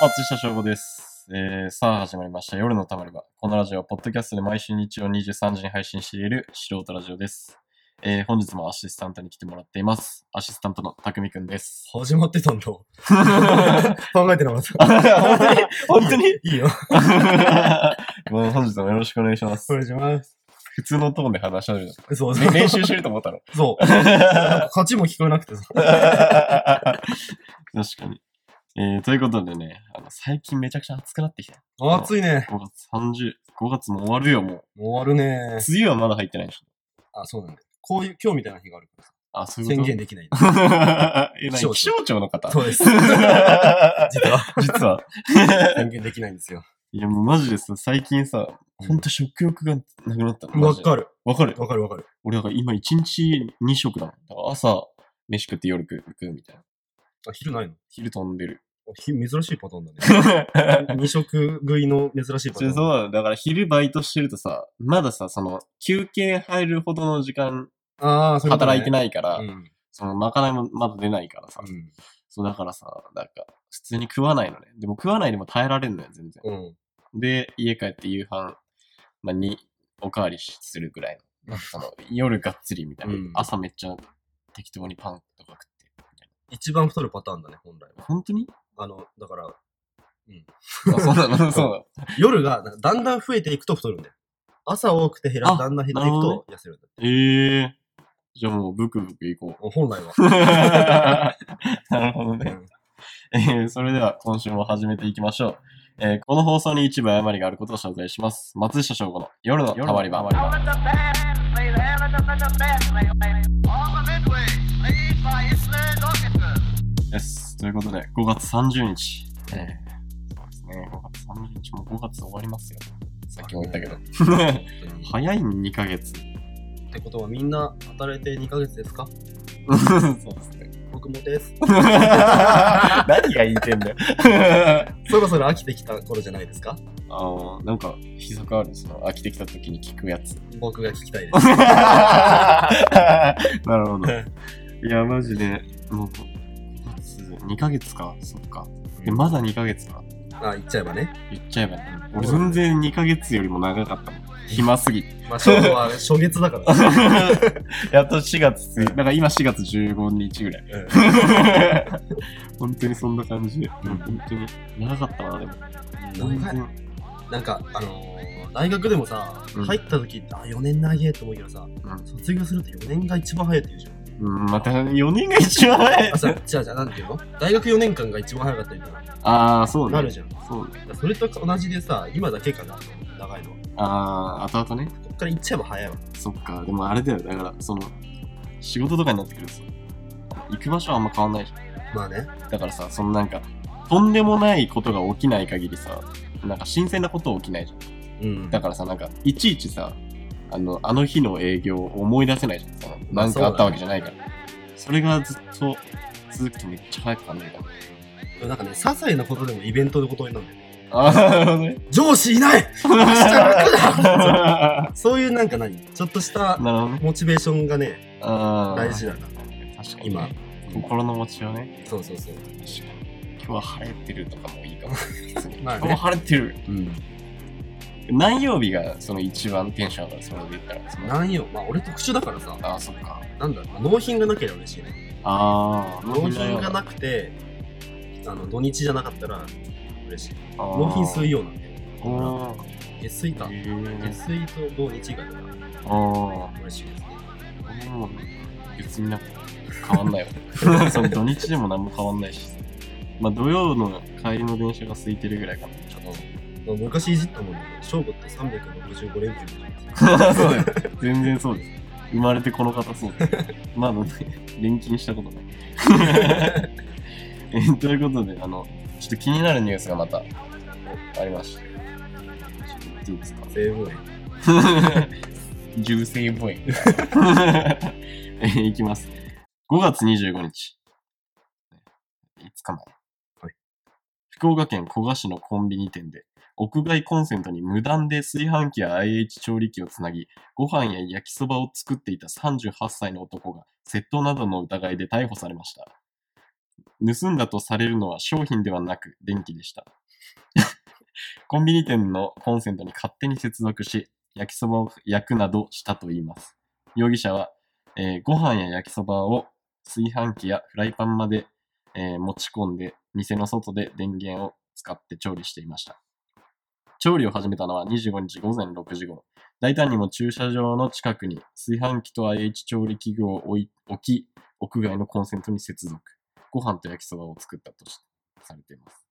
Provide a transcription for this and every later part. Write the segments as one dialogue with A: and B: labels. A: 発した証拠です。えー、さあ始まりました。夜のたまり場。このラジオは、ポッドキャストで毎週日曜23時に配信している素人ラジオです。えー、本日もアシスタントに来てもらっています。アシスタントのたくみくんです。
B: 始まってた んだ。考
A: 本
B: えてなかった。
A: 当に
B: いいよ。
A: もう本日もよろしくお願いします
B: お。願いします。
A: 普通のトーンで話し始めた。
B: そうそ
A: れ
B: う。
A: 練習してると思ったの。
B: そう。なんか勝ちも聞こえなくてさ。
A: 確かに。えー、ということでね、あの最近めちゃくちゃ暑くなってきた。
B: 暑いね。
A: 5月30、5月も終わるよ、も
B: もう終わる
A: う。
B: ね。
A: 梅雨はまだ入ってないでしょ。
B: あ、そうなんだ。こういう、今日みたいな日があるからさ。
A: あ、そういう
B: 宣
A: こと
B: 言できない。
A: え、な
B: 気象庁
A: に気象庁の方
B: そうです。実 は。
A: 実は。
B: 宣言できないんですよ。
A: いや、もうマジでさ、最近さ、ほんと食欲がなくなったの。マ
B: わ
A: ジで
B: かる。
A: わかる
B: わかるわかる。
A: 俺だから今1日2食だもん。だから朝、飯食って夜食うみたいな。
B: あ、昼ないの
A: 昼飛んで る。
B: あひ珍しいパターンだ ね。二食食いの珍しい
A: そ
B: パター
A: れ
B: ン。
A: そうなのだから昼バイトしてるとさ、まださ、その、休憩入るほどの時間、
B: ああ、そういうことね
A: 働いてないから、
B: うん。
A: その、まかないもまだ出ないからさ。
B: うん
A: そう、だからさ、なんか、普通に食わないのね。でも食わないでも耐えられんのよ、全然。
B: うん。
A: で、家帰って夕飯、まあ、に、おかわりするぐらいの。
B: うん
A: その、夜がっつりみたいな。
B: うん
A: 朝めっちゃ適当にパンとか食って。
B: 一番太るパターンだね、本来は。
A: 本当に
B: あの、だから、
A: あそうなの、そうなの。
B: 夜がなんかだんだん増えていくと太るんだよ。朝多くて減ら
A: あ
B: だんだん減って
A: な
B: い
A: る
B: く
A: ほどね
B: と痩せるんだよ。
A: ええー。じゃあもう、ブクブクい こう。
B: 本来は。
A: なるほどね。
B: うん
A: えーそれでは今週も始めていきましょう。えーこの放送に一部誤りがあることを謝罪します。松下翔吾の夜のたまり場。
C: All in the band, play the hell of the band, play, play. All the midway, played by Island Orchestra.
A: です。ということで、5月30日。えーそうですね、5月30日も5月終わりますよ。さっきも言ったけど。
B: は
A: 早い2ヶ月。
B: い。ってことはみんな働いて2ヶ月です か
A: そうです ね。
B: 僕もです。
A: 何が言いてんだよ。
B: そろそろ飽きてきた頃じゃないですか
A: あの、なんか、秘策あるその、飽きてきた時に聞く やつ。
B: 僕が聞きたい で
A: なるほ ど。
B: す。
A: いや、マジで、もう、2ヶ月か、そっか。で、まだ2ヶ月か。
B: あ、言っちゃえばね。
A: 言っちゃえばね。俺、全然2ヶ月よりも長かったもん。暇すぎて。
B: まあ、正午 は初月だから。
A: やっと4月1日、だから今4月15日ぐらい。 本当にそんな感じ。本当に。長かったな、でも。全
B: 長い
A: 然。
B: なんか、あのー大学でもさ、
A: うん
B: 入った時って、あ、4年長えと思うけどさ、
A: ん
B: 卒業すると4年が一番早いって言うじゃん。
A: うん、また4年が一番早い
B: あ、。さ、違う違う、なんていうの大学4年間が一番早かったみたいな。
A: ああ、そうね。
B: なるじゃん。
A: そうね。
B: それと同じでさ、今だけかな、長いのは。
A: ああ、後々ね。
B: こっから行っちゃえば早いわ。
A: そっか、でもあれだよ、だから、その、仕事とかになってくるとさ、行く場所はあんま変わんないじゃ
B: まあね。
A: ん。だからさ、そのなんか、とんでもないことが起きない限りさ、なんか新鮮なこと起きないじゃん。
B: うん
A: だからさ、なんか、いちいちさ、あの、あの日の営業を思い出せないじゃん。そのなんかあったわけじゃないから。それがずっと続くとめっちゃ早く感じるから。
B: なんかね、些細なことでもイベントのことになるんだよね。
A: ああ、なるほどね。
B: 上司いない明日楽だそういうなんか何ちょっとし
A: なる
B: た
A: ほどね。
B: モチベーションがね、
A: あー
B: 大事だな。
A: 確かに、
B: 今
A: ね。。心の持ちようね。
B: そうそうそう。
A: 確かに。今日は晴れてるとかもいい かも。普通に
B: まあね
A: 今日も晴れてる。
B: うん。
A: 何曜日がその一番テンション上がるそれで言ったらその
B: なんよ。 まあ俺特殊だからさ、
A: ああそっか
B: なんだろう、納品がなければ嬉しいね。
A: ああ
B: 納品がなくて、あの、土日じゃなかったら嬉しい。納
A: 納
B: 品水
A: 曜
B: 曜なんだよ。
A: あ
B: 月水か。月
A: ー
B: 水と土日が
A: あー
B: 嬉しいですね。
A: もう別になんか変わんないわ その土日でも何も変わんないしまあ土曜の帰りの電車が空いてるぐらいかなちょっ
B: まあ昔いじったもんね、勝負って365連休じゃん。
A: とそうだよ全然そうです生まれてこの方そう ですまだね錬金した ことないえということであのちょっと気になるニュースがまたありましたちょっと言っていいですか
B: セーブ
A: 重声ボイ。えいきます。5月25日。5日前。
B: はい
A: 福岡県古賀市のコンビニ店で、屋外コンセントに無断で炊飯器や IH 調理器をつなぎ、ご飯や焼きそばを作っていた38歳の男が、窃盗などの疑いで逮捕されました。盗んだとされるのは商品ではなく電気でした。コンビニ店のコンセントに勝手に接続し、焼きそばを焼くなどしたといいます。容疑者は、えーご飯や焼きそばを炊飯器やフライパンまで、えー持ち込んで、店の外で電源を使って調理していました。調理を始めたのは25日午前6時頃。大胆にも駐車場の近くに炊飯器と IH 調理器具を置い置き、屋外のコンセントに接続。ご飯と焼きそばを作ったとしされています。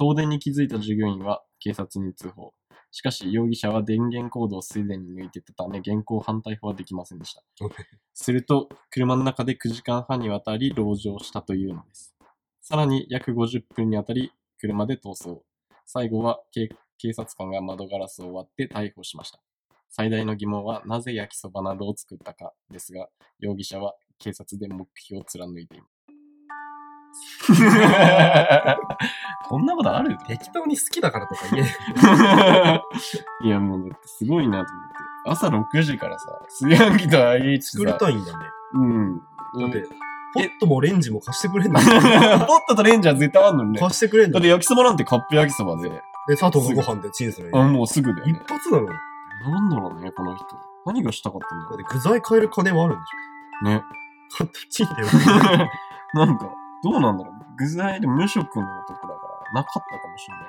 A: 東電に気づいた従業員は警察に通報。しかし、容疑者は電源コードをすでに抜いていたため、現行犯逮捕はできませんでした。すると、車の中で9時間半にわたり籠城したというのです。さらに、約50分にわたり車で逃走。最後は警警察官が窓ガラスを割って逮捕しました。最大の疑問は、なぜ焼きそばなどを作ったかですが、容疑者は警察で目標を貫いています。 こんなことある
B: 適当に好きだからとか言え。
A: いや、もうだってすごいなと思って。朝6時からさ、炊飯器と IH さ
B: 作りたいんだね。
A: うん。
B: だって
A: うん、
B: ポットもレンジも貸してく れんの
A: ポットとレンジは絶対あんのにね。
B: 貸してくれん
A: だ
B: の
A: って焼きそばなんてカップ焼きそばで、
B: で、佐藤のご飯でチンする
A: あ
B: の
A: もうすぐだよ
B: 一
A: ね。
B: 発なのだ
A: なんだろうね、この人。何がしたかったんだろ
B: って具材買える金はあるんで
A: う ね。
B: しょ。チン だよ。
A: なんか、どうなんだろう。具材で無職のとこだから、なかったかもしれないけ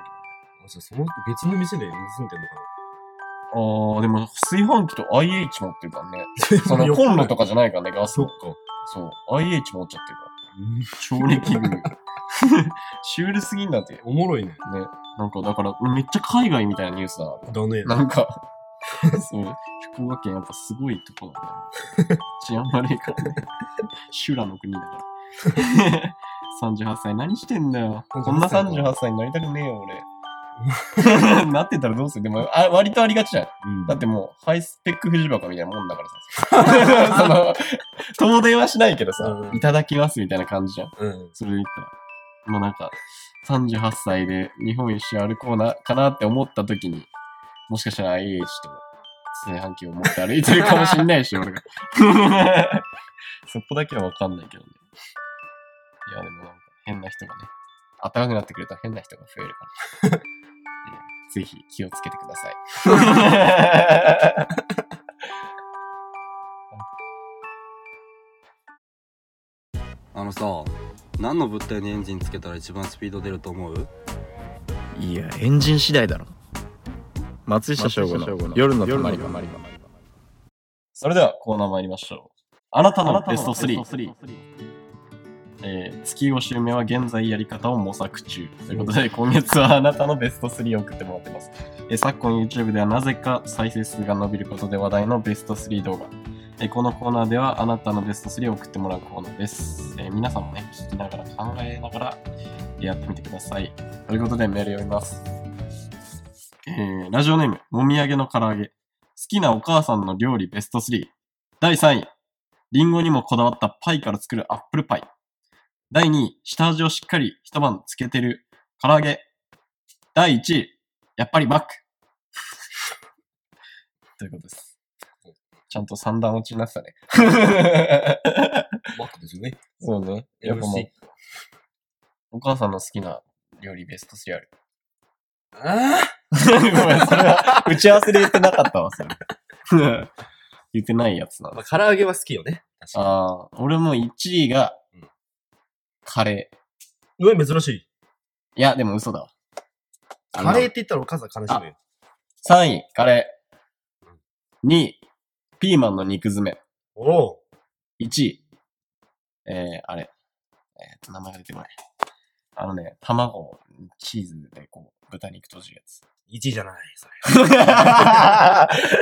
B: あじゃあその別の店で盗んでんのか
A: ど。あー、でも炊飯器と IH 持ってるから ね。
B: な
A: そのコンロと
B: か。
A: かじゃないからね、ガス
B: そっ
A: の
B: か。。
A: そう。IH 持っちゃってるから。
B: うん
A: 調理器具。 シュールすぎんだって。ね。
B: おもろいね。
A: なんか、だから、めっちゃ海外みたいなニュースだな。
B: だね。
A: なんか、そう、福岡県やっぱすごいとこだね。治安悪いからね。修羅の国だ から。38歳何してんだよ。こんな38歳になりたくねえよ、 俺。なってたらどうするでもあ、割とありがちじゃん。
B: うん
A: だってもう、ハイスペック藤箱みたいなもんだから さ。その、遠出はしないけどさ
B: う、ん
A: いただきますみたいな感じじゃん。
B: うん。
A: それで言ったら。もうなんか、38歳で日本一周歩こうな、かなって思った時に、もしかしたら IH と炊飯器を持って歩いてるかもしんないし、俺が。 そこだけはわかんないけどね。いや、でもなんか変な人がね、暖かくなってくれたら変な人が増えるから。 うんぜひ気をつけてください。
D: あのさ何の物体にエンジンつけたら一番スピード出ると思う
E: いやエンジン次第だろ松下翔吾の夜のたまり場
A: それではコーナー参りましょう。あなたのベスト3。えー月5週目は現在やり方を模索中ということで、今月はあなたのベスト3を送ってもらってます。えー昨今 YouTube ではなぜか再生数が伸びることで話題のベスト3動画。えーこのコーナーではあなたのベスト3を送ってもらうコーナーです。えー皆さんもね、聞きながら考えながらえーやってみてください。ということでメール読みます。えーラジオネーム、もみあげの唐揚げ。好きなお母さんの料理ベスト3。第3位、リンゴにもこだわったパイから作るアップルパイ。第2位、下味をしっかり一晩つけてる唐揚げ。第1位、やっぱりマック。 ということです。ちゃんと三段落ちになってたね。
B: マックですよね。
A: そうね。やっぱもう、お母さんの好きな料理ベスト3ある。
B: あ
A: ごめん、それは打ち合わせで言ってなかったわ、それ。 言ってないやつな
B: あ。
A: の。
B: まあ、唐揚げは好きよね。
A: ああ、俺も1位が
B: うん、
A: カレー。
B: うわ、珍しい。
A: いや、でも嘘だわ。
B: カレーって言ったらお母さん悲しむよ。
A: 3位、カレー。2位、ピーマンの肉詰め。
B: おう。
A: 1位、えー、あれ。えっ、と、名前が出てこない。あのね、卵をチーズでこう、豚肉閉じるやつ。
B: 1位じゃない、それ。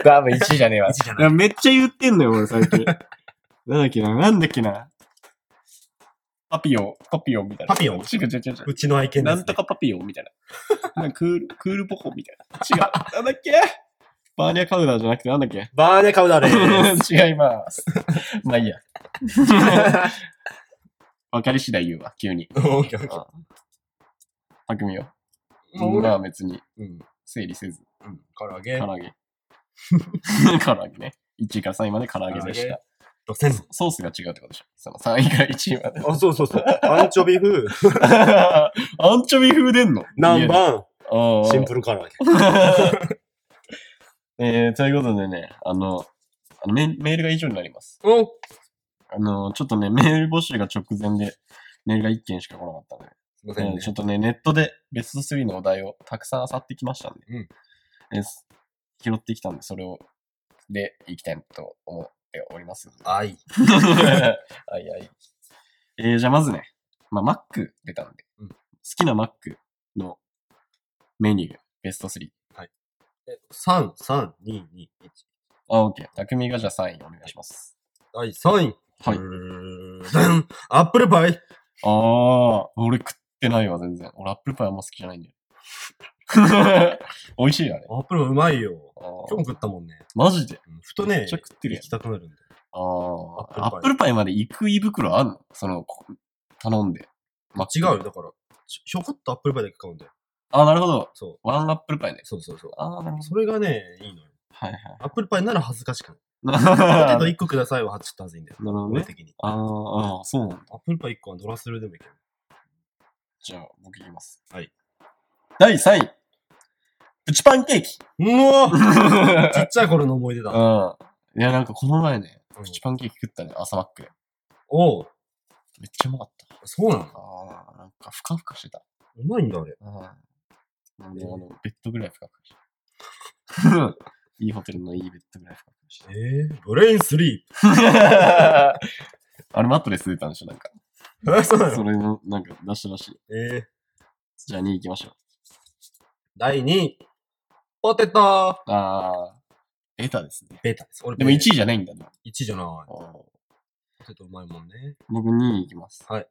A: ダメ、1位じゃねえわ。
B: 1位じゃ
A: い
B: ない。
A: やめっちゃ言ってんのよ、俺、最近。 なんだっけな、なんだっけな。パピオ、パピオみたいな。
B: パピオ
A: 違う違う違う違う
B: うちの愛犬で
A: な
B: す、
A: ん
B: ね。
A: とかパピオみたいな。なんかクール、クールポコみたいな。違う。なんだっけバーニャカウダーじゃなくてなんだっけ
B: バーネカウダレ
A: 違います。まあいいや。わかり次第言うわ、急に。
B: オッケーオッケー
A: 匠よ。
B: まあ俺
A: 俺は別に
B: うん。
A: 整理せず、
B: うん。唐揚げ
A: 唐。揚げ。唐揚げね。1位から3位まで唐揚げでした。
B: 路線図。
A: ソースが違うってことでしょ。その3位から1位まで。
B: あ、そうそうそう。アンチョビ風、
A: アンチョビ風出んの
B: 南
A: 番
B: 蛮、シンプルカラー。
A: えー、ということでね、あの、あのメメールが以上になります。
B: うん。
A: あの、ちょっとね、メール募集が直前で、メールが1件しか来なかったので、
B: すいません
A: えー
B: ね
A: ち。ょっとね、ネットでベスト3のお題をたくさん漁ってきましたんで、
B: うん
A: えーす拾ってきたんで、それを、で、いきたいと思っております。
B: はい。
A: はいはい。えー、じゃあまずね、まあ、マック出たんで、
B: うん
A: 好きなマックのメニュー、ベスト3。
B: 3、3、2、2、1。
A: あ、OK。匠がじゃあ3位お願いします。
B: 第3位。
A: はいう
B: ーん。アップルパイ。
A: ああ、俺食ってないわ、全然。俺アップルパイあんま好きじゃないんだよ。 美味しいよね。
B: アップルパイうまいよ。
A: あー
B: 今日も食ったもんね。
A: マジで。
B: うんふとね、
A: めっちゃ食ってるや
B: 行きたくなるんだよ。
A: ああ、
B: ア
A: アッ
B: ップルパイ
A: プルパイまで行く胃袋あんのその、こ頼んで。ま
B: 違うよ。。だから、ちひょこっとアップルパイだけ買うんだよ。
A: あ、なるほど。
B: そう。
A: ワンアップルパイね。
B: そうそうそう。
A: ああ、なるほど。
B: それがね、いいのよ。
A: はいはい。
B: アップルパイなら恥ずかしくない。
A: な
B: ポテト
A: る
B: 1個くださいはちょっと恥ずいんだよ。
A: ほど
B: 俺
A: ね。
B: 的に。
A: あーあー、そうなんだ。
B: アップルパイ1個はドラスルでもいける。
A: じゃあ、僕いきます。
B: はい。
A: 第3位。プチパンケーキ。
B: うわ
A: う
B: ちっちゃい頃の思い出だ。
A: ん。いや、なんかこの前ね、
B: うん
A: プチパンケーキ食ったね、朝マックで。
B: おう
A: めっちゃうまかった。
B: そうなの
A: ああ、なんかふかふかしてた。
B: うまいんだ、あれ。
A: うん。なんで、あの、ベッドぐらいふかふかしてた。 いいホテルのいいベッドぐらいふかふか して
B: えー、ブレインスリー
A: た。あれ、マットレス出たんでしょ、なんか。
B: プ。え、そうな
A: そ
B: の
A: れの、なんか出したらしい。
B: えー、
A: じゃあ2位行きましょ
B: 第2位。ポテト
A: う。ああ、ベタですね。
B: ベータです。俺
A: でも1位
B: 位。
A: じゃないんだな。
B: 1位じゃない。
A: あー
B: ポテトうまいもんね。
A: 僕2位いきます。
B: はい。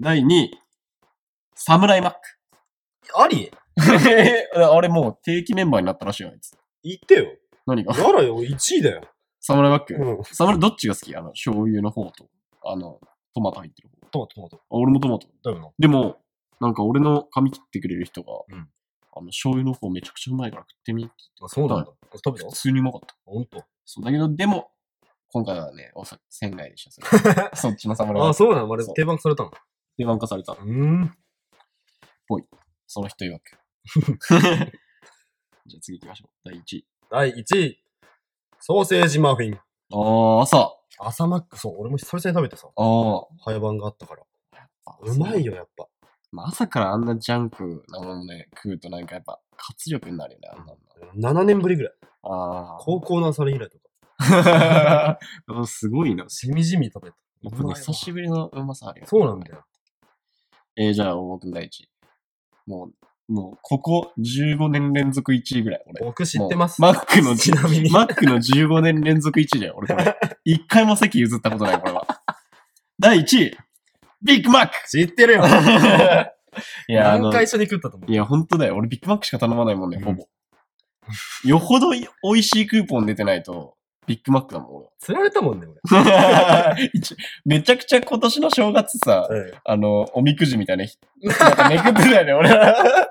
A: 第2位、サムライマック。
B: あり
A: あれもう定期メンバーになったらしいよ、あいつ。
B: 言ってよ。
A: 何が
B: ならよ、1位だよ。
A: サムライマック、
B: うん。
A: サムライどっちが好きあの、醤油の方と、あの、トマト入ってる方。
B: トマト、トマト。
A: あ俺もトマト。
B: だよな。
A: でも、なんか俺の髪切ってくれる人が、
B: うん
A: あの、醤油の方めちゃくちゃうまいから食ってみって。
B: あ、そうなんだ。食べた
A: 普通にうまかった。
B: ほんと。
A: そうだけど、でも、今回はね、おさ仙台でした。そ れそっちのサムライマッ
B: あ、
A: ク。
B: そうなのあれ
A: そう
B: 定番化されたの。
A: 定番化された。
B: うーん。
A: その 人曰く。じゃあ次行きましょう。第1位。
B: 第1位。ソーセージマフィン。
A: ああ、朝。
B: 朝マック、そう、俺も久々に食べてさ。
A: あ
B: 早番があったから。
A: あ。
B: うまいよ、やっぱ。
A: まあ。朝からあんなジャンクなものね、食うとなんかやっぱ活力になるよね、あんなの。
B: 7年ぶりぐらい。
A: あ
B: 高校の朝練以来とか。
A: あ。あすごいな。
B: しみじみ食べた。
A: 僕ね久しぶりのうまさあるよ。
B: そうなんだよ。
A: えー、じゃあ、僕の第1位。もう、もう、ここ15年連続1位ぐらい、俺。
B: 僕知ってます。
A: もうマックの、
B: ちなみに
A: マックの15年連続1位だよ、俺これ。一回も席譲ったことない、これ は。第1位、ビッグマック
B: 知って るよ。
A: いや、あ
B: 何
A: の、
B: 回
A: い
B: 一緒に食ったと思う。
A: や、本当だよ。俺ビッグマックしか頼まないもんね、ほぼ。よほど美味しいクーポン出てないと、ビッグマックだもん、俺は。
B: 釣られたもんね、俺。
A: 一めちゃくちゃ今年の正月さ、
B: うん
A: あの、おみくじみたいな、なんかめくってたよね、俺は。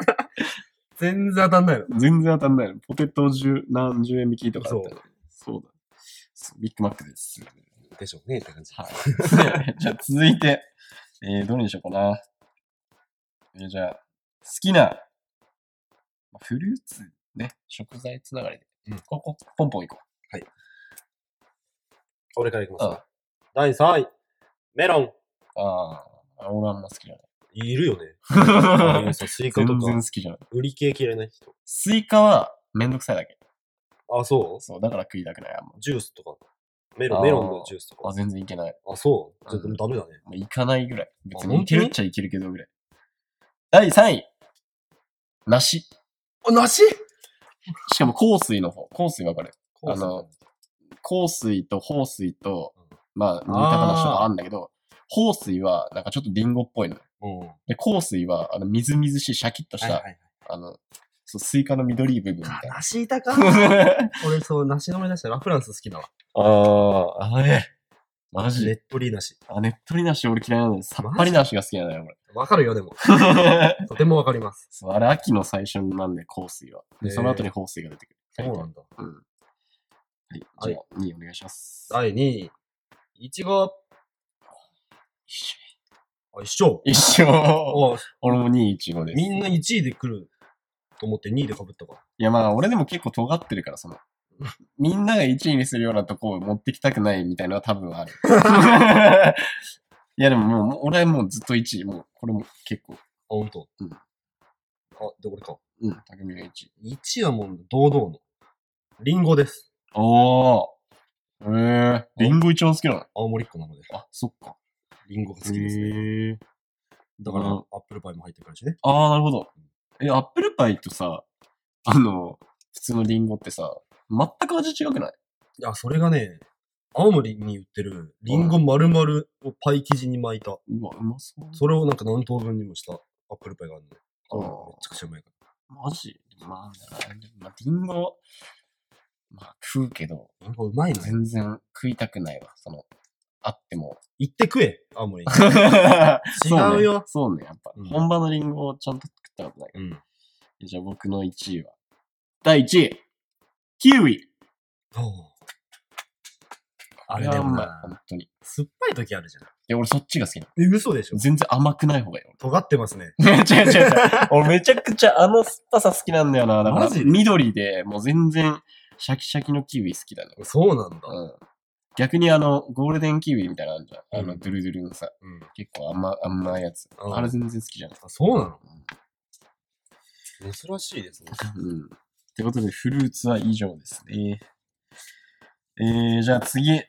B: 全然当たんないの。
A: 全然当たんないの。ポテト十何十円引きとかだったよねそうだそう。ビッグマックです。
B: でしょうね、って感じ。
A: はい。じゃあ続いて、えー、どれにしようかな。えー、じゃあ、好きな、まあフルーツね、食材つながりで。
B: うん
A: ここ、ポンポンいこ
B: 俺からいきます
A: う。
B: か。第3位。メロン。
A: ああー、俺あんま好きじゃ
B: い るよね。ああい
A: な
B: う
A: い。
B: さスイカと
A: 全然好
B: か、
A: きじゃない。
B: 売り系嫌いな人。
A: スイカはめんどくさいだけ。
B: あ、そう
A: そう、だから食いたくない。あんま
B: ジュースとか。メ
A: あ
B: ロ
A: ー
B: ン、メロンのジュースと
A: あ、
B: か。
A: 全然いけない。
B: あ、そう。ち
A: う
B: ょ
A: ん
B: っとダメだね。
A: もういかないぐらい。別
B: あ
A: にい
B: 本当
A: け
B: に
A: るっちゃいけるけどぐらい。第3位。梨。
B: あ、梨
A: しかも香水の方。香水わかるあ
B: あ
A: の
B: の、
A: 香水と香水と
B: うん、
A: まあ、似た話とかあるんだけど、香水は、なんかちょっとリンゴっぽいの。
B: うん。は
A: で、香水は、あの、みずみずしい、シャキッとした、
B: いはい。
A: あの、そう、スイカの緑い部分みたいな。
B: 梨い たか俺、そう、梨の思い出したラフランス好きだわ。
A: ああ、あれ。マジ
B: ね
A: で。
B: っとり梨。
A: あ、ねっとりなし俺嫌いなので、さっぱりなしが好きなのよ、
B: わかるよ、でも。
A: 俺。
B: とてもわかります。
A: そう、あれ、秋の最初なんで、香水は。で、
B: へー
A: その後に香水が出てくる。
B: そうなんだ。
A: うん。はい。じゃあ、2位お願いします。
B: 第2位。いちご。あ、一緒。
A: 一緒。
B: あ
A: 俺も2位1号です。
B: みんな1位で来ると思って2位で被ったか。
A: いやまあ、俺でも結構尖ってるから、その、みんなが1位にするようなとこを持ってきたくないみたいなのは多分ある。 いやでももう、俺はもうずっと1位。もう、これも結構。
B: あ、ほんと。
A: うん
B: あ、で、俺か。
A: うん、匠が1位。
B: 1位はもう堂々の。リンゴです。
A: おー。えー、リンゴ一番好きなの
B: 青森っ子なので。
A: あ、そっか。
B: リンゴが好
A: へ
B: きですね。
A: ー。
B: だから、
A: うん
B: アップルパイも入ってるからしね。
A: あー、なるほど。え、アップルパイとさ、あの、普通のリンゴってさ、全く味違くない
B: いや、それがね、青森に売ってる、リンゴ丸々をパイ生地に巻いた。
A: うわ、うまそう。
B: それをなんか何等分にもしたアップルパイがあるのよ。
A: あー
B: めちゃくちゃうまいか
A: マジでもまあ、まあ、リンゴ、まあ食うけど、
B: ら。リンゴうまいのよ。
A: 全然食いたくないわ。その、あって も。
B: 行って食え、青森
A: 違
B: に。違うよ
A: そうね、そうねやっぱ、
B: うん
A: 本場のリンゴをちゃんと食ったことない。
B: うん。
A: じゃあ僕の1位は。第1位キウイ
B: あれでも
A: まい
B: な
A: 本、当に。い
B: 酸っぱい時あるじゃん。
A: や、俺そっちが好きな
B: え、嘘でしょ
A: の。全然甘くない方がい い。
B: 尖ってますね。
A: 違う違う違う。俺めちゃくちゃあの酸っぱさ好きなんだよな。だから
B: マジで
A: 緑で、もう全然シャキシャキのキウイ好きだね。
B: そうなんだ。
A: うん。逆にあの、ゴールデンキウイみたいなのあるじゃん。あ
B: う
A: の、
B: ん
A: ドゥルドゥルのさ、
B: うん。
A: 結構甘、甘いやつ。
B: うん
A: あれ全然好きじゃん。
B: あ、そうなの
D: 珍しいですね。
A: うん。ってことで、フルーツは以上ですね。えー、じゃあ次、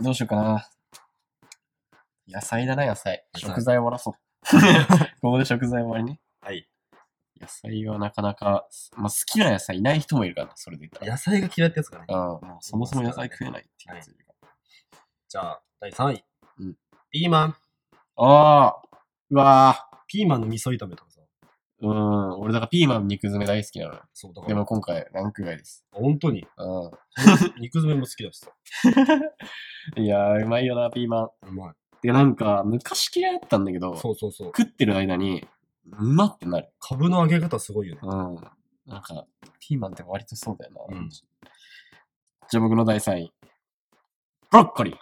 A: どうしようかな。野菜だな、野菜。
D: 野菜
A: 食材終わらそう。ここで食材終わりね。
D: はい。
A: 野菜はなかなか、まあ、好きな野菜いない人もいるからな、それで言ったら。
B: 野菜が嫌いってやつかね。
A: ああ、もうそもそも野菜食えないっていうやついるから
B: じゃあ、第3位。
A: うん
B: ピーマン。
A: ああ、うわあ、
B: ピーマンの味噌炒めとかさ。
A: うん、俺だからピーマン肉詰め大好きなのよ。
B: そう、だか
A: で
B: ら、
A: も今回ランク外です。
B: 本当に。
A: う
B: 肉詰めも好きだしさ。
A: ん。いやー、うまいよな、ピーマン。
B: うまい。
A: で、なんか、昔嫌いだったんだけど、
B: そうそうそう。
A: 食ってる間に、うまってなる。
B: カブの揚げ方すごいよね。
A: うん。なんか、ピーマンって割とそうだよな。
B: うん
A: じゃあ僕の第3位。ブロッコリー。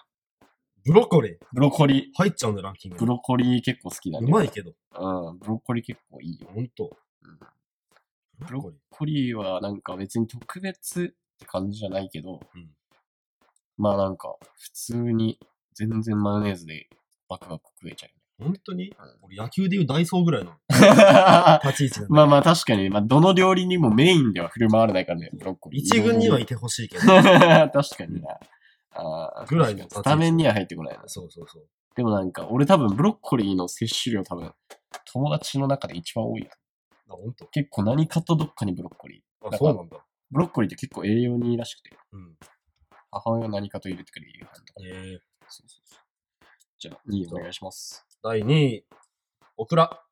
B: ブロッコリー。
A: ブロッコリー。
B: 入っちゃうんだよ、ランキングに。
A: ブロッコリー結構好きだね。
B: うまいけど。
A: うん。ブロッコリー結構いいよ。
B: ほんと。
A: うん
B: ブロッコリー。
A: コリーはなんか別に特別って感じじゃないけど、
B: うん
A: まあなんか普通に全然マヨネーズでバクバク食えちゃ
B: 本当に
A: うん
B: 俺野球でいうダイソーぐらいの
A: う。
B: 立ち位置なんだ。
A: まあまあ確かに、まあどの料理にもメインでは振る舞われないからね、ブロッコリー。。
B: 一軍にはいてほしいけ ど
A: 確かにな。あー
B: ぐらいの
A: スタメンには入ってこないな。
B: そうそうそう。
A: でもなんか、俺多分ブロッコリーの摂取量多分、友達の中で一番多いよ。
B: あ、ほんと。
A: 結構何かとどっかにブロッコリー。
B: あ、そうなんだ。
A: ブロッコリーって結構栄養にいいらしくて、
B: うん。
A: 母親は何かと入れてくれる夕飯とか。
B: えー、
A: そうそうそう。じゃあ、2位お願いします。
B: 第2位。オクラ。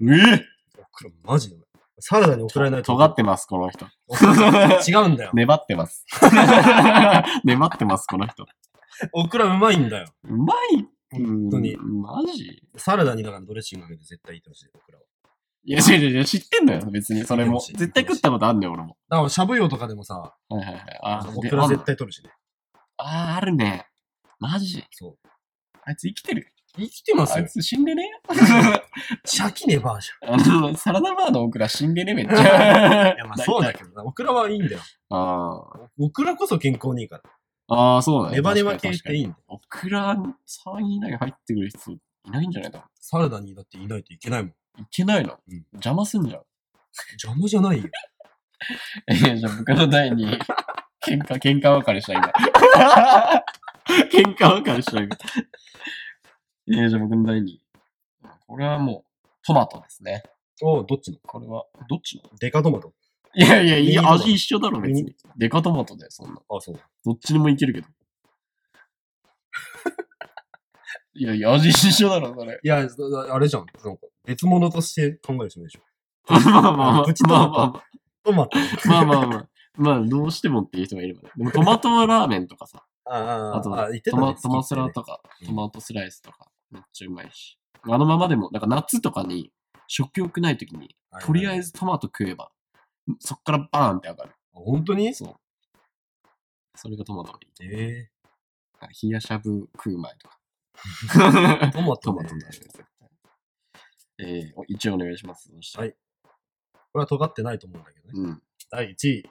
A: えぇ
B: オクラ、マジでうまい。サラダにオクラいないと。
A: 尖ってます、この人。
B: オクラ違うんだよ。
A: 粘ってます。 粘ってます、この人。
B: オクラうまいんだよ。
A: うまい
B: 本当に
A: う。んマジ
B: サラダにだからドレッシングかけて絶対いってほしい、オクラは。
A: いや、違う違う違う、知ってんのよ、別に、それも。
B: 知ってる
A: 絶対食ったことあんねよ、俺も。
B: だから、しゃぶ用とかでもさ、
A: はいはいはい。あ
B: オ
A: で
B: クラ
A: あんの
B: 絶対取るしね。
A: あー、あるね。マジ
B: そう。
A: あいつ生きてる。
B: 生きてます
A: あい
B: よ。
A: つ死んでね
B: シャキネバーじ
A: あの、サラダバーのオクラ死んでねめっちゃ。
B: ゃん。 いや、ま あそうだけどな。オクラはいいんだよ。
A: あー
B: オクラこそ健康にいいから。
A: あー、そうだね。
B: ネバネバ
A: 確か
B: 系
A: に
B: っ
A: 確か
B: て
A: に
B: いいんだよ。
A: オクラ3位以内入ってくる人いないんじゃないか
B: サラダにだっていないといけないもん。
A: いけないの、
B: うん
A: 邪魔すんじゃん。
B: 邪魔じ ゃないよ。
A: えじゃあ僕の第2位。喧 嘩、喧嘩別れした 今。喧嘩別れした今。えじゃあ僕の第2位。これはもう、トマトですね。
B: おうどっちの
A: これは、どっちの
B: デカトマト。
A: いやいや、い
B: ミニ
A: い
B: トマト
A: 味一緒だろ、別
B: ミ
A: に。デカトマトだよ、そんな。
B: あ、そう。
A: どっちにもいける けど。いやいや、味一緒だろ、それ。
B: いや、そあれじゃん。なんか別物として考える人もいるでしょ。
A: まあまあまあ、まあ
B: プチト
A: まあ
B: マト
A: まあ。
B: トマ ト。
A: まあまあまあ。まあ、どうしてもっていう人がいればね。でも、トマトラーメンとかさ。
B: ああ
A: あと、
B: あ、言って
A: ト
B: たね
A: マトマスラ
B: 好き
A: とか、
B: うん
A: トマトスライスとか、めっちゃうまいし。あのままでも、だから夏とかに、食欲ない時に、
B: だね
A: とりあえ。ずトマト食えば、そっからバーンって上がる。
B: あ本当に
A: そう。それがトマトのいいとこ
B: え
A: あ冷やしゃぶ食う前とか。
B: えトマ
A: ト
B: トね、
A: マトの味です。えー、お一応お願いします。そしたら
B: はいこれは尖ってないと思うんだけどね。
A: うん。
B: 第1位、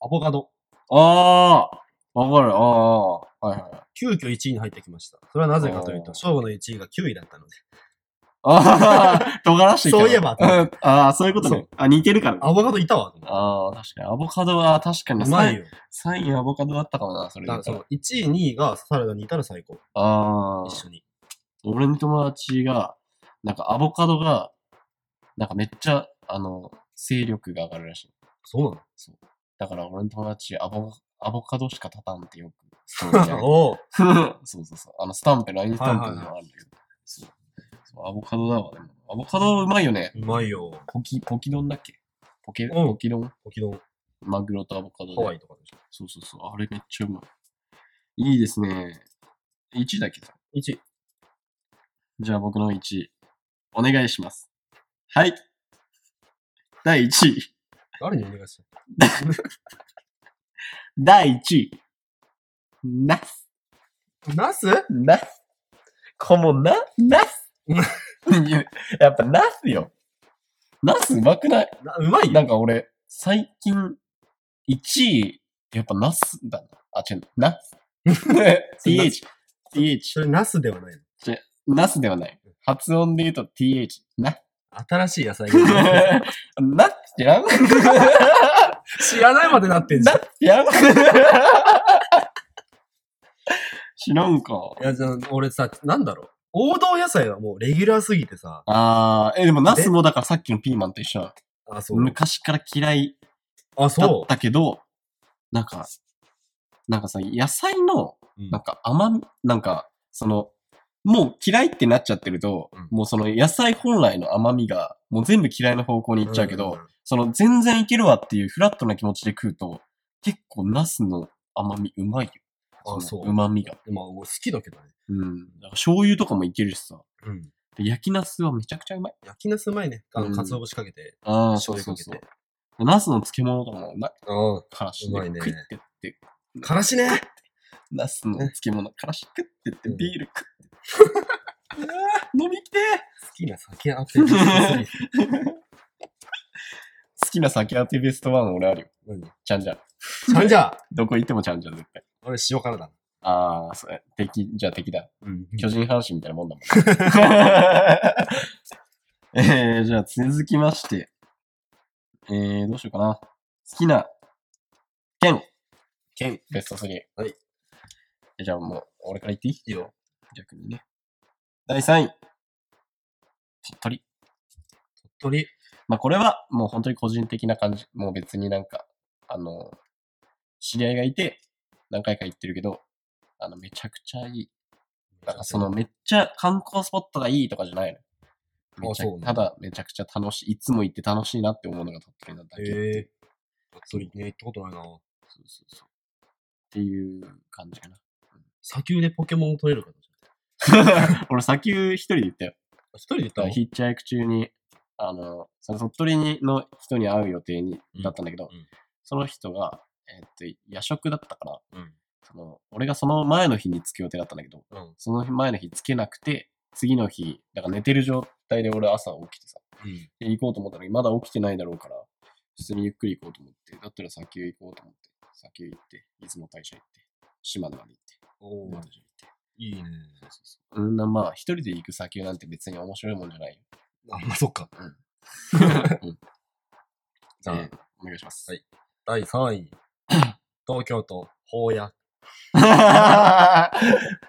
B: アボカド。
A: ああわかる。ああはいはいはい。
B: 急遽1位に入ってきました。それはなぜかという
A: あ
B: と、
A: ー
B: 正吾の1位が9位だったので。
A: あ あ、尖らして
B: そういえば
A: うん ああ、そういうこと
B: そ
A: ね。あ、似てるからね。
B: アボカドいたわ。と思って
A: ああ、確かに。アボカドは確かに
B: うまい
A: よ。
B: よ。
A: 3位アボカドだったかもな、それ
B: だ
A: で
B: か
A: 言
B: ら
A: った
B: そ
A: ら。
B: の1位、2位がサラダにいたら最高。
A: ああ
B: 一、緒に。
A: 俺の友達が、なんかアボカドが、なんかめっちゃ、あの、勢力が上がるらしい。
B: そう
A: そう。だから俺の友達、アボ、アボカドしか立たんってよく、ストーリーに上げ
B: な
A: て
B: のおう
A: そうそうそう。あの、スタンプ、ラインスタンプにもあるんだけど。そうそう。アボカドだわ、でも。アボカドうまいよね。
B: うまいよ。
A: ポキ、ポキ丼だっけポケ、
B: うん
A: ポキ丼
B: 沖縄、ハ
A: マグロとアボカドで。
B: ワイとかでしょ。
A: そうそうそう。あれめっちゃうまい。いいですね。1位だっけど。
B: 1位。
A: じゃあ僕の1位。お願いします。はい。第1位。
B: 誰にお願いする
A: 第1位。ナス。
B: ナス
A: ナス。このな、ナ ス。いややっぱナスよ。ナスうまくない
B: なうまいよ。
A: なんか俺、最近、1位、やっぱナスだな。あ、違う、ナ ス。th。
B: そ
A: th。
B: れナスではないの。
A: ナスではない。発音で言うと th。な。
B: 新しい野菜
A: なっちゃう
B: 知らないまでなってん じゃん。い
A: いや。知らんか。
B: や、じゃあ俺さ、なんだろう。王道野菜はもうレギュラーすぎてさ。
A: あー、え、でもナスもだからさっきのピーマンと一緒だ
B: あ、そう。
A: 昔から嫌い
B: あ、
A: だっ
B: そ
A: たけど、なんか、なんかさ、野菜の、
B: う。うん
A: なんか甘み、なんか、その、もう嫌いってなっちゃってると、
B: うん
A: もうその野菜本来の甘みが、もう全部嫌いの方向に行っちゃうけど、
B: んんん
A: その全然いけるわっていうフラットな気持ちで食うと、結構ナスの甘みうまいよ。
B: あそう
A: まみが。
B: でも、俺好きだけどね。
A: うん。だから醤油とかもいけるしさ。
B: うん。
A: で焼きナスはめちゃくちゃうまい。
B: 焼きナスうまいね。あ
A: う
B: の、
A: ん
B: かつお節かけて。
A: ああ、そ
B: 醤
A: うそ
B: 油
A: う
B: かけ
A: そう
B: て。。
A: ナスの漬物とかもうまい。
B: うん。
A: からし
B: う
A: で
B: まいね
A: 食ってって。
B: からしね。
A: ナスの漬物、からし食ってって
B: うん、
A: ビール食って。 うわー飲みきてー
B: 好きな酒あってる。好き
A: 好きな酒当てベストワン俺あるよ。
B: 何ち
A: ちゃんじゃん。
B: ゃんじゃ
A: どこ行ってもちゃんじゃん、絶対。
B: 俺塩辛だ。
A: ああ、それ、敵、じゃあ敵だ。
B: うん。
A: 巨人阪神みたいなもん だもん。えー、じゃあ続きまして。えー、どうしようかな。好きな、剣。剣、ベスト3。
B: はい。
A: じゃあもう、俺から言っていい
B: いいよ。
A: 逆にね。第3位。鳥取。
B: 鳥。
A: まあこれはもう本当に個人的な感じ。もう別になんか、あの、知り合いがいて、何回か行ってるけど、あの、めちゃくちゃいい。なんかそのめっちゃ観光スポットがいいとかじゃないの。めちゃ
B: あそうな
A: た
B: んだ
A: だめちゃくちゃ楽しい。いつも行って楽しいなって思うのが鳥取なんだけど。
B: ええ。鳥ね、行ったことないな。
A: そうそうそう。っていう感じかな。
B: 砂丘でポケモン取れるかな
A: 俺砂丘一人で行ったよ。
B: 一人で行ったの
A: ヒッチハイク中に、あの、その鳥取にの人に会う予定に、
B: うん
A: だったんだけど、
B: うん
A: その人が、えっと、夜食だったから、
B: うん
A: その、俺がその前の日に着く予定だったんだけど、
B: うん
A: その前の日着けなくて、次の日、だから寝てる状態で俺朝起きてさ、
B: うん。
A: で行こうと思ったのに、まだ起きてないだろうから、普通にゆっくり行こうと思って、だったら砂丘行こうと思って、砂丘行って、出雲大社行って、島根まで行って、
B: お
A: 大
B: ー
A: 社行って。
B: いいね。
A: そうそうそう。うんな、まあ、一人で行く砂丘なんて別に面白いもんじゃ ないよ。
B: あ、まあ、そっか。
A: うん
B: じゃあ
A: えーお願いします。
B: はい第3位。 東京都、宝屋。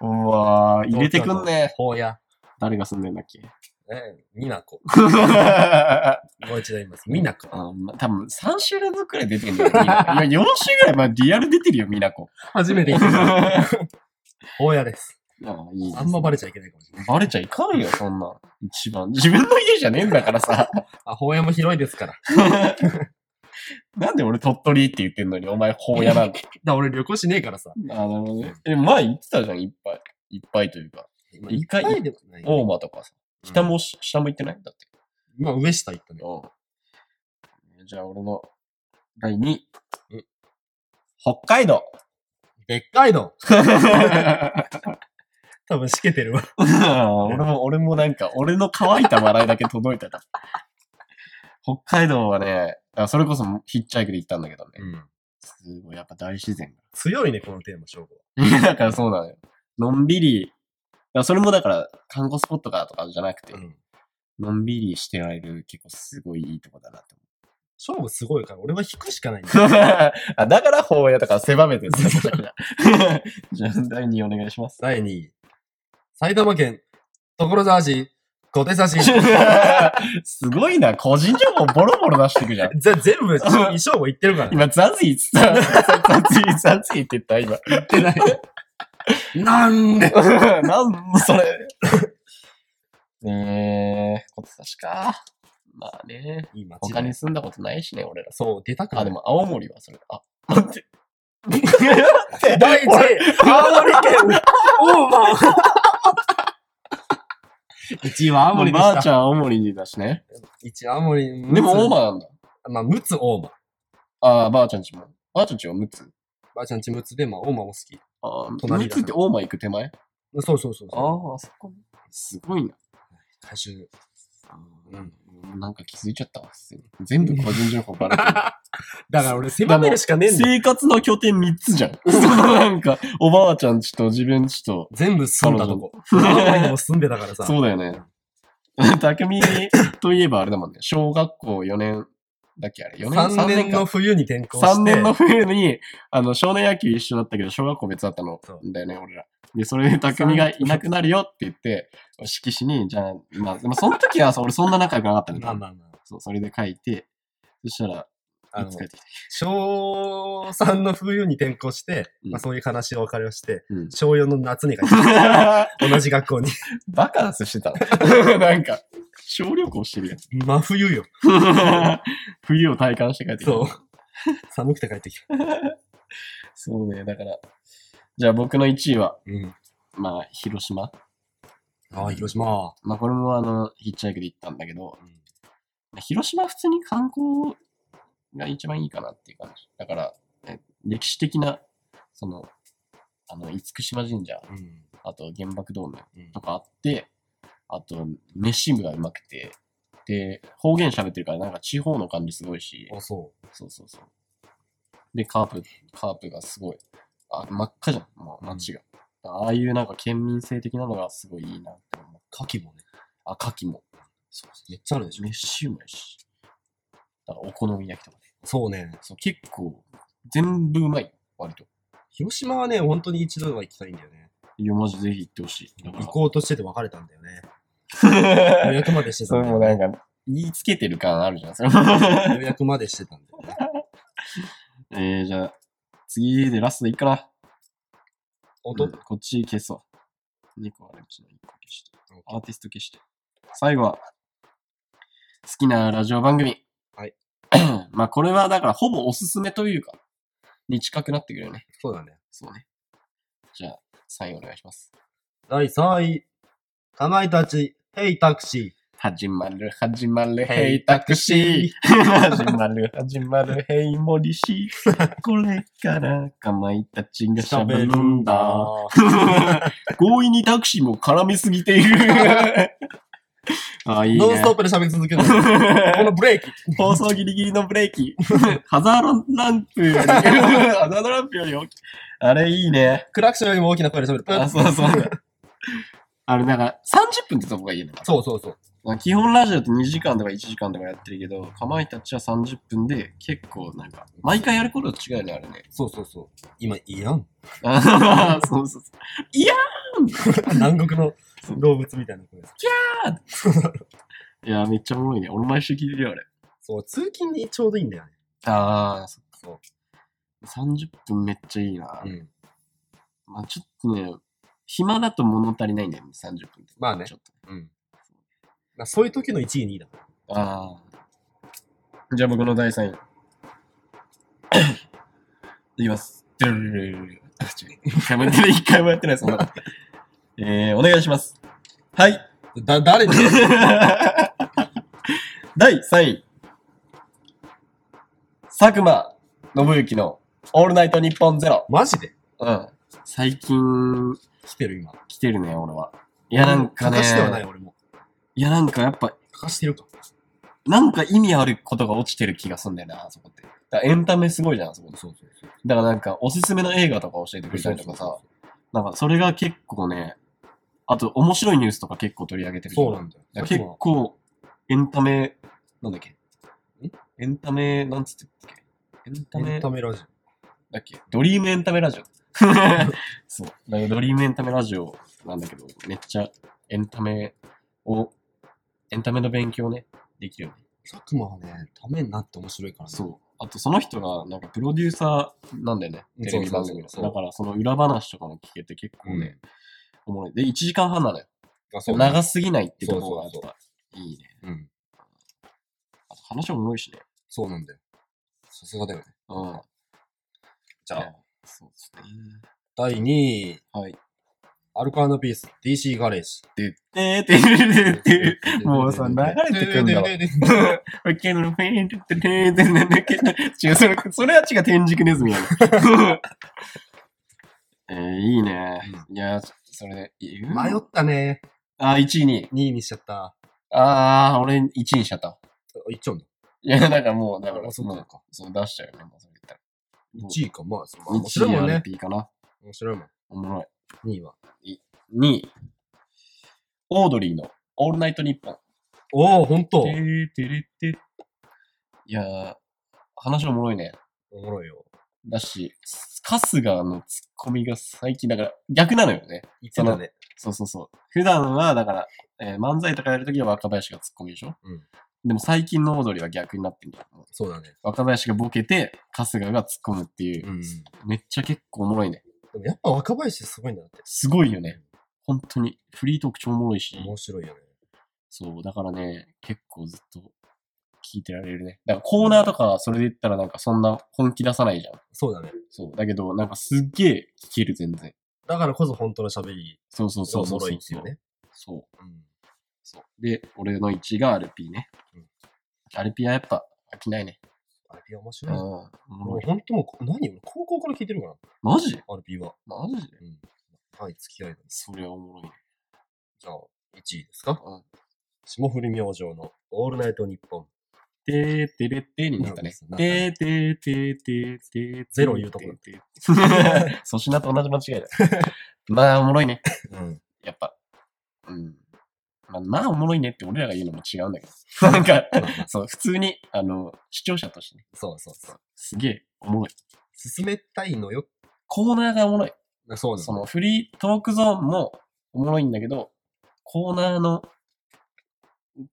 A: うわー入れてくんね。
B: 宝屋。
A: 誰が住んでんだっけ
B: ね、みなこ。
A: あ
B: もう一度言います。みなこ。
A: ま多分3週連続くらい出てんだよ。みんないや、4週ぐらい、まあ、リアル出てるよ、みな こ。
B: 初めて行った。
A: あ
B: 宝屋です。
A: ーいいです
B: あんまバレちゃいけないかもしれない。
A: バレちゃいかんよ、そんなん。一番。自分の家じゃねえんだからさ。
B: あ、宝屋も広いですから。
A: なんで俺鳥取って言ってんのに、お前、法屋なんて。
B: だ俺旅行しねえからさ。
A: あー、 なるほどね。え、前言ってたじゃん、いっぱい。いっぱいというか。
B: 今
A: 一回
B: いっぱいでもない。
A: 大間とかさ。北も、下も行ってないだって。
B: 今上下行ったね。
A: うん。じゃあ、俺の第2位
B: うん。
A: 北海道。
B: でっかいの。多分しけてるわ。
A: 俺も、俺もなんか、俺の乾いた笑いだけ届いたな。北海道はね、あそれこそヒッチハイクで行ったんだけどね。
D: うん。
A: すごい、やっぱ大自然
B: 強いね、このテーマ、勝負。
A: が。だからそうなのよ。のんびり、だからそれもだから観光スポットかとかじゃなくて、
B: うん
A: のんびりしてられる結構すごいいいとこだなって思う。
B: 勝負すごいから、俺は引くしかないんだよ。
A: あだから法やとから狭めてるんだ じゃあ、第2お願いします。
B: 第2位。埼玉県、所沢市、小手差し。
A: すごいな、個人情報ボロボロ出してくじゃん。
B: じゃあ 全部、衣装も言ってるからね。
A: 今、ザズイっつった。ザズイ、ザズイって言った、今。言ってない。
D: なんで
A: なんそれ。 ねえ、こつしか。まあね。
B: いい街
A: 他
B: だね
A: に住んだことないしね、俺ら。
B: そう、出たくな
A: あ、
B: い
A: で。も青森はそれ。あ、待 って。待って
B: 第1位、青森県、オーバー。
D: ?1 位は青森で
A: まあば
D: し
A: あち
D: た。
A: ゃん青森にだしね。
B: 一青森、
A: でも、オー
B: ー。
A: バーなんだ。
B: まあ、ムツオーバー。
A: ああ、ばあちゃんちも。ばあちゃんちはムツ。
B: ばあちゃんちムツで、まあ、オーバーも好き。
A: ああ、
B: 隣
A: ム
B: だ
A: ツってオーマー行く手前
B: そうそうそうそう。
A: ああ、そこ。すごいな。
B: 歌手。
A: うん、なんか気づいちゃったわ。普通に全部個人情報ばらけてる。
B: だから俺、狭めるしかねえんだよ。
A: 生活の拠点3つじゃん。 そのなんか、おばあちゃんちと自分ちと。
B: 全部住んだとこ。青
A: 彼女
B: 森にも住んでたか らさ。
A: そうだよね。匠といえばあれだもんね。小学校4年だっけあれ ?4 年
B: 3
A: ?3
B: 年
A: 年
B: の
A: か。
B: 冬に転校して。
A: 3年の冬に、あの、少年野球一緒だったけど、小学校別だったの
B: そう
A: だよね、俺ら。で、それで匠がいなくなるよって言って、色紙に、じゃあ、まあ、でもその時はさ俺そんな仲良くなかったん
B: まあ
A: だけど、
B: まあまあ。
A: そう、それで書いて、そしたら、
B: あ
A: い
B: の
A: つ、帰ってき た
B: 小3の冬に転校して、
A: うん
B: まあそういう話をお別れをして、
A: うん
B: 小4の夏に帰ってき た。同じ学校に。
A: バカンスしてたの なんか、小旅行してるやん。
B: 真冬よ。
A: 冬を体感して帰ってきた。
B: そう。寒くて帰ってきた。
A: そうね、だから。じゃあ僕の1位は、
B: うん。
A: まあ、広島。
B: ああ、広島。
A: まあ、これもあの、ヒッチハイクで行ったんだけど、まあ広島は普通に観光が一番いいかなっていう感じ。だから、え歴史的な、その、あの、厳島神社、
B: うん。
A: あと原爆ドーム
B: うん
A: とかあって、あと、飯部がうまくて、で、方言喋ってるから、なんか地方の感じすごいし、
B: あ、そ
A: そうそうそう。で、カープ、カープがすごい。あ、真っ赤じゃん、もう街が。ああいうなんか県民性的なのがすごいいいなって思う。
B: う。牡蠣もね。
A: あ、牡蠣も。そうです
B: めっちゃあるでしょ。
A: ね。飯もやし。だからお好み焼きとかね。
B: そうね。
A: そう、結構、全部うまい。割と。
B: 広島はね、本当に一度は行きたいんだよね。
A: いや、マジぜひ行ってほしい。だから
B: 行こうとしてて別れたんだよね。予約までしてた
A: そ
B: ん
A: れ
B: だ
A: も
B: よ、
A: なん
B: ね。
A: か、言いつけてる感あるじゃん。それも
B: 予約までしてたんだよね。
A: えー、じゃあ、次でラストでいいかな。
B: 音、
A: うんこっち消そう。2個あるうちの1個消して。アーティスト消して。最後は、好きなラジオ番組。
B: はい。
A: まあ、これはだから、ほぼおすすめというか、に近くなってくるよね。
B: そうだね。
A: そうね。じゃあ、3位お願いします。
B: 第3位。かまいたち、ヘイタクシー。
A: 始まる、始まる、
B: ヘイ
A: ヘイタクシー。始まる、始まる、ヘイモリシー。これから、かまいたちが喋るんだ。強引にタクシーも絡みすぎている。あ、いい
B: ノン
A: ね
B: ス。トップで喋り続ける の。このブレーキ。
A: 放送ギリギリのブレーキ。 ハザードラン プより、ハザードランプより大きい。あれいいね。
B: クラクションよりも大きな声で喋る。
A: あ、そうそう。あれ、だから、30分ってとこがいいよね。
B: そうそうそう。
A: まあ基本ラジオって2時間とか1時間とかやってるけど、かまいたちは30分で結構なんか、毎回やること違うよね、あれね。
B: そうそうそう。今、いいやん。
A: あそうそうそう。
B: 南国の動物みたいな声です。
A: いや、めっちゃおもろいね。俺毎週聞いてるよ、あれ。
B: そう、通勤にちょうどいいんだよね。
A: ああ、そ
B: そう。
A: 30分めっちゃいいな。
B: うん。
A: まあちょっとね、暇だと物足りないんだよね、30分って。
B: まあね
A: ちょっと。
B: うん。そういう時の1位、2位だ。
A: ああ。じゃあ僕の第3位。いきます。ドゥルルルルルあ違う一回もやってない、一回もやってない、そんなこと。えー、お願いします。はい。
B: だ、誰に
A: 第3位。佐久間信之のオールナイトニッポンゼロ。
B: マジで
A: うん。最近、
B: 来てる今。
A: 来てるね、俺は。いや、なんかね、
B: 欠かしてはない俺も。
A: いや、なんかやっぱ、
B: 欠かしてるか。
A: なんか意味あることが落ちてる気がすんだよな、あそこって。だからエンタメすごいじゃん、あそこ。
B: そうそうそう。
A: だからなんか、おすすめの映画とか教えてくれたりとかさ、なんかそれが結構ね、あと面白いニュースとか結構取り上げてるじゃん
B: そうなんだよ。
A: だから結構、エンタメ、なんだっけエンタメ、なんつってたっけエンタ
B: エ
A: メ
B: ンタ、メラジ
A: だっけドリームエンタメラジオ。 そう。だからドリームエンタメラジオなんだけど、めっちゃエンタメを、エンタメの勉強ね、できるよね。
B: オ。佐久間はね、ためになって面白いからね。
A: そう。あと、その人が、なんか、プロデューサーなんだよね。テレビ番組の。
B: そうそうそうそう
A: だから、その裏話とかも聞けて結構ね、おもろい。で、1時間半なのよ。
B: あそう
A: 長すぎないってところが、やっ
B: そう
A: ぱ、いいね。
B: うん。
A: あと話もおもろいしね。
B: そうなんだよ。さすがだよね。
A: うん。
B: じゃあ、
A: そうですね。
B: 第2位。
A: はい。
B: アルカーナピース、DC ガレージ。
A: で、で、で、で、で、もうさ、流れてくんだわ。わけのフェーンってね、全然抜けない。違う、それ、それは違う、天竺ネズミやな。えー、いいね。いや、それ、言う
B: 迷ったね。
A: あ、1位に。
B: 2位にしちゃった。
A: あー、俺1位にしちゃった。
B: いっちゃうんだ。
A: いや、だからもう、だから、
B: あそうか
A: もう、そう出しちゃうよね、もうそれ言ったら。
B: 1位か、まあ、そうまあ面白いもん
A: 1
B: ね
A: 位。RP かな。
B: 面白いもん。
A: おもろい。
B: 2位は。
A: 2位。オードリーの、オールナイトニッポン。
B: おお、ほんと
A: てれてれて。いやー、話おもろいね。
B: おもろいよ。
A: だし、春日のツッコミが最近、だから逆なのよね。
B: 言ってたね。
A: そうそうそう。普段は、だから、えー漫才とかやるときは若林がツッコミでしょ
B: うん
A: でも最近のオードリーは逆になってんだよ。
B: そうだね。
A: 若林がボケて、春日が突っ込むっていう、
B: うん。で
A: めっちゃ結構おもろいね。
B: もやっぱ若林すごいんだなって。
A: すごいよね。本当に。フリートーク超おもろいし。
B: 面白いよね。
A: そう、だからね、結構ずっと聞いてられるね。だからコーナーとか、それで言ったらなんかそんな本気出さないじゃん。
B: そうだね。
A: そう。だけど、なんかすっげえ聞ける、全然。
B: だからこそ本当の喋り
A: そうそう
B: が
A: そ
B: お
A: うそ
B: も
A: うそ
B: ろ
A: う
B: いっていうね。
A: そう。
B: うん
A: そう。で、俺の1位が RP ね。
B: うん
A: アル RP はやっぱ飽きないね。
B: アルピは面
A: うん。
B: 白い。
A: おもろ
B: 俺
A: い
B: 本当もう、何俺高校から聞いてるから、
A: マジ
B: アルピは。
A: マジで
B: はい、付き合いなんです。
A: そりゃおもろいね。
B: じゃあ、1位ですか
A: うん。
B: 霜降り明星のオールナイトニッポン。
A: てーてれってーになったね
B: なん。か
A: てーてーてーてーてー。
B: ゼロ言うとこだ
A: てーてーてー。 粗品と同じ間違いだ。 まあ、おもろいね。
B: うん。
A: やっぱ。うん。まあ、まあ、おもろいねって俺らが言うのも違うんだけ ど。なんか、そう、普通に、あの、視聴者としてね。
B: そうそうそう。
A: すげえ、おもろい。
B: 進めたいのよ。
A: コーナーがおもろい。
B: そう
A: そのフリートークゾーンもおもろいんだけど、コーナーの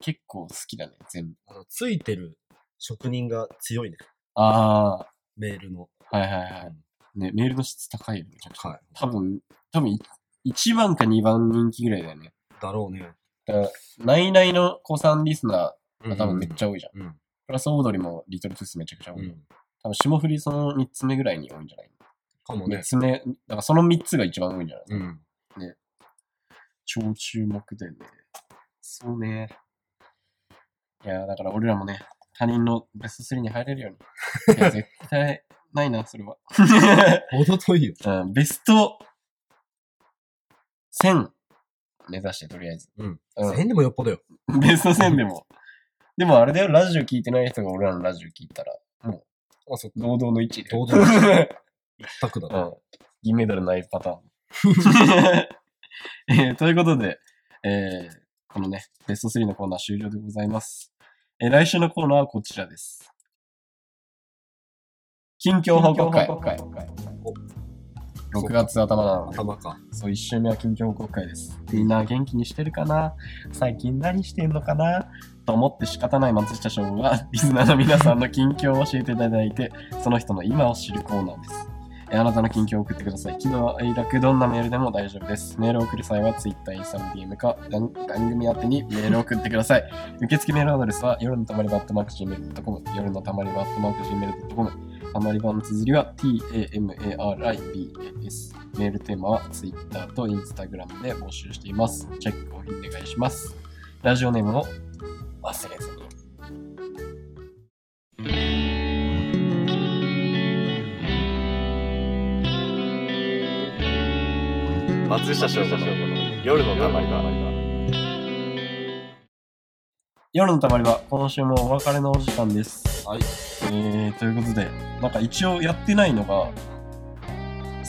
A: 結構好きだね、全部。
B: あの、ついてる職人が強いね。
A: あ
B: メールの。
A: あ、はいはいはい。ね、メールの質高いよね、めちゃくちゃ。
B: はい。
A: 多分、多分い1番か2番人気ぐらいだよね。
B: だろうね。
A: だから、ナイナイの子さんリスナー
B: うん
A: が多分めっちゃ多いじゃん。
B: うん。
A: プラスオードリもリトルトゥースめちゃくちゃ多
B: う
A: い。
B: ん。
A: 多分、霜降りその3つ目ぐらいに多いんじゃない
B: かも
A: ?3
B: ね。
A: つ目、だからその3つが一番多いんじゃない
B: うん。
A: 超注目だよね。そうね。いやー、だから俺らもね、他人のベスト3に入れるよう に。いや絶対ないな、それは。
B: ほど遠いよ。
A: うん、ベスト1000目指して、とりあえず。
B: うん。
A: う
B: 変でもよっぽどよ。
A: ん、 ベスト1000でも。でもあれだよ、ラジオ聞いてない人が俺らのラジオ聞いたら、もう、あそ堂々の1位だよ
B: 堂々の 一択だ
A: う
B: な。
A: ん。銀メダルないパターン。 えーということで、えーこのね、ベスト3のコーナー終了でございます。えー来週のコーナーはこちらです。近況報告会。6月頭なので、
B: 頭か。
A: そう、1週目は近況報告会です。みんな元気にしてるかな最近何してんのかなと思って仕方ない松下翔吾が、 リスナーの皆さんの近況を教えていただいて、その人の今を知るコーナーです。えあなたの近況を送ってください。喜怒哀楽、どんなメールでも大丈夫です。メールを送る際は Twitter、Instagram、DM か番番組宛てにメールを送ってください。受付メールアドレスは夜のたまり場 at markgmail.com 夜のたまり場 at markgmail.com たまり場の綴りは tamaribas メールテーマは Twitter と Instagram で募集しています。チェックをお願いします。ラジオネームを忘れずに。
C: 「
E: 松下翔吾の夜のたまり場
A: 夜のたまり場、今週もお別れのお時間です。
D: はい。
A: えー、ということで、なんか一応やってないのが、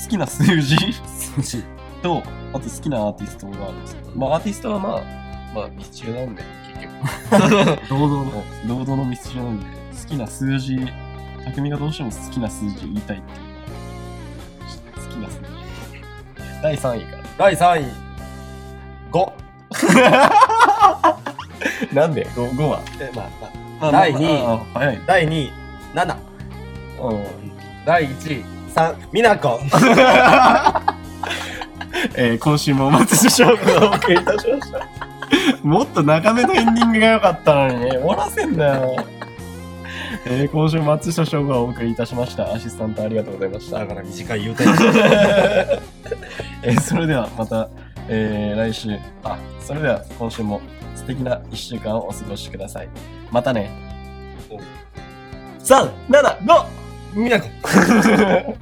A: 好きな数字 と、あと好きなアーティストがあるんですけど、まあアーティストはまあ、まあミスチルなんで、結 局。堂々の、堂々のミスチルなんで、好きな数字、匠がどうしても好きな数字言いたいっていうか、好きな数字。第3位から。
B: 第3位、5。
A: なんで ?5 は。
B: え、まあ、ま
A: まあ
B: 第二位
A: まああ早い。
B: あ、第2位、7。
A: うん。
B: 第1位、3、みなこ。
E: えー、今週も松下翔吾がお送りいたしましたもっと長めのエンディングが良かったのに
A: えー、終わらせんなよ。えー、今週松下翔吾がお送りいたしました。アシスタントありがとうございました
B: だ。から短い言うて る。
A: えーそれではまた、えー来週、あ、それでは今週も素敵な1週間をお過ごしください。またね。
B: 3、7、5、みなこ。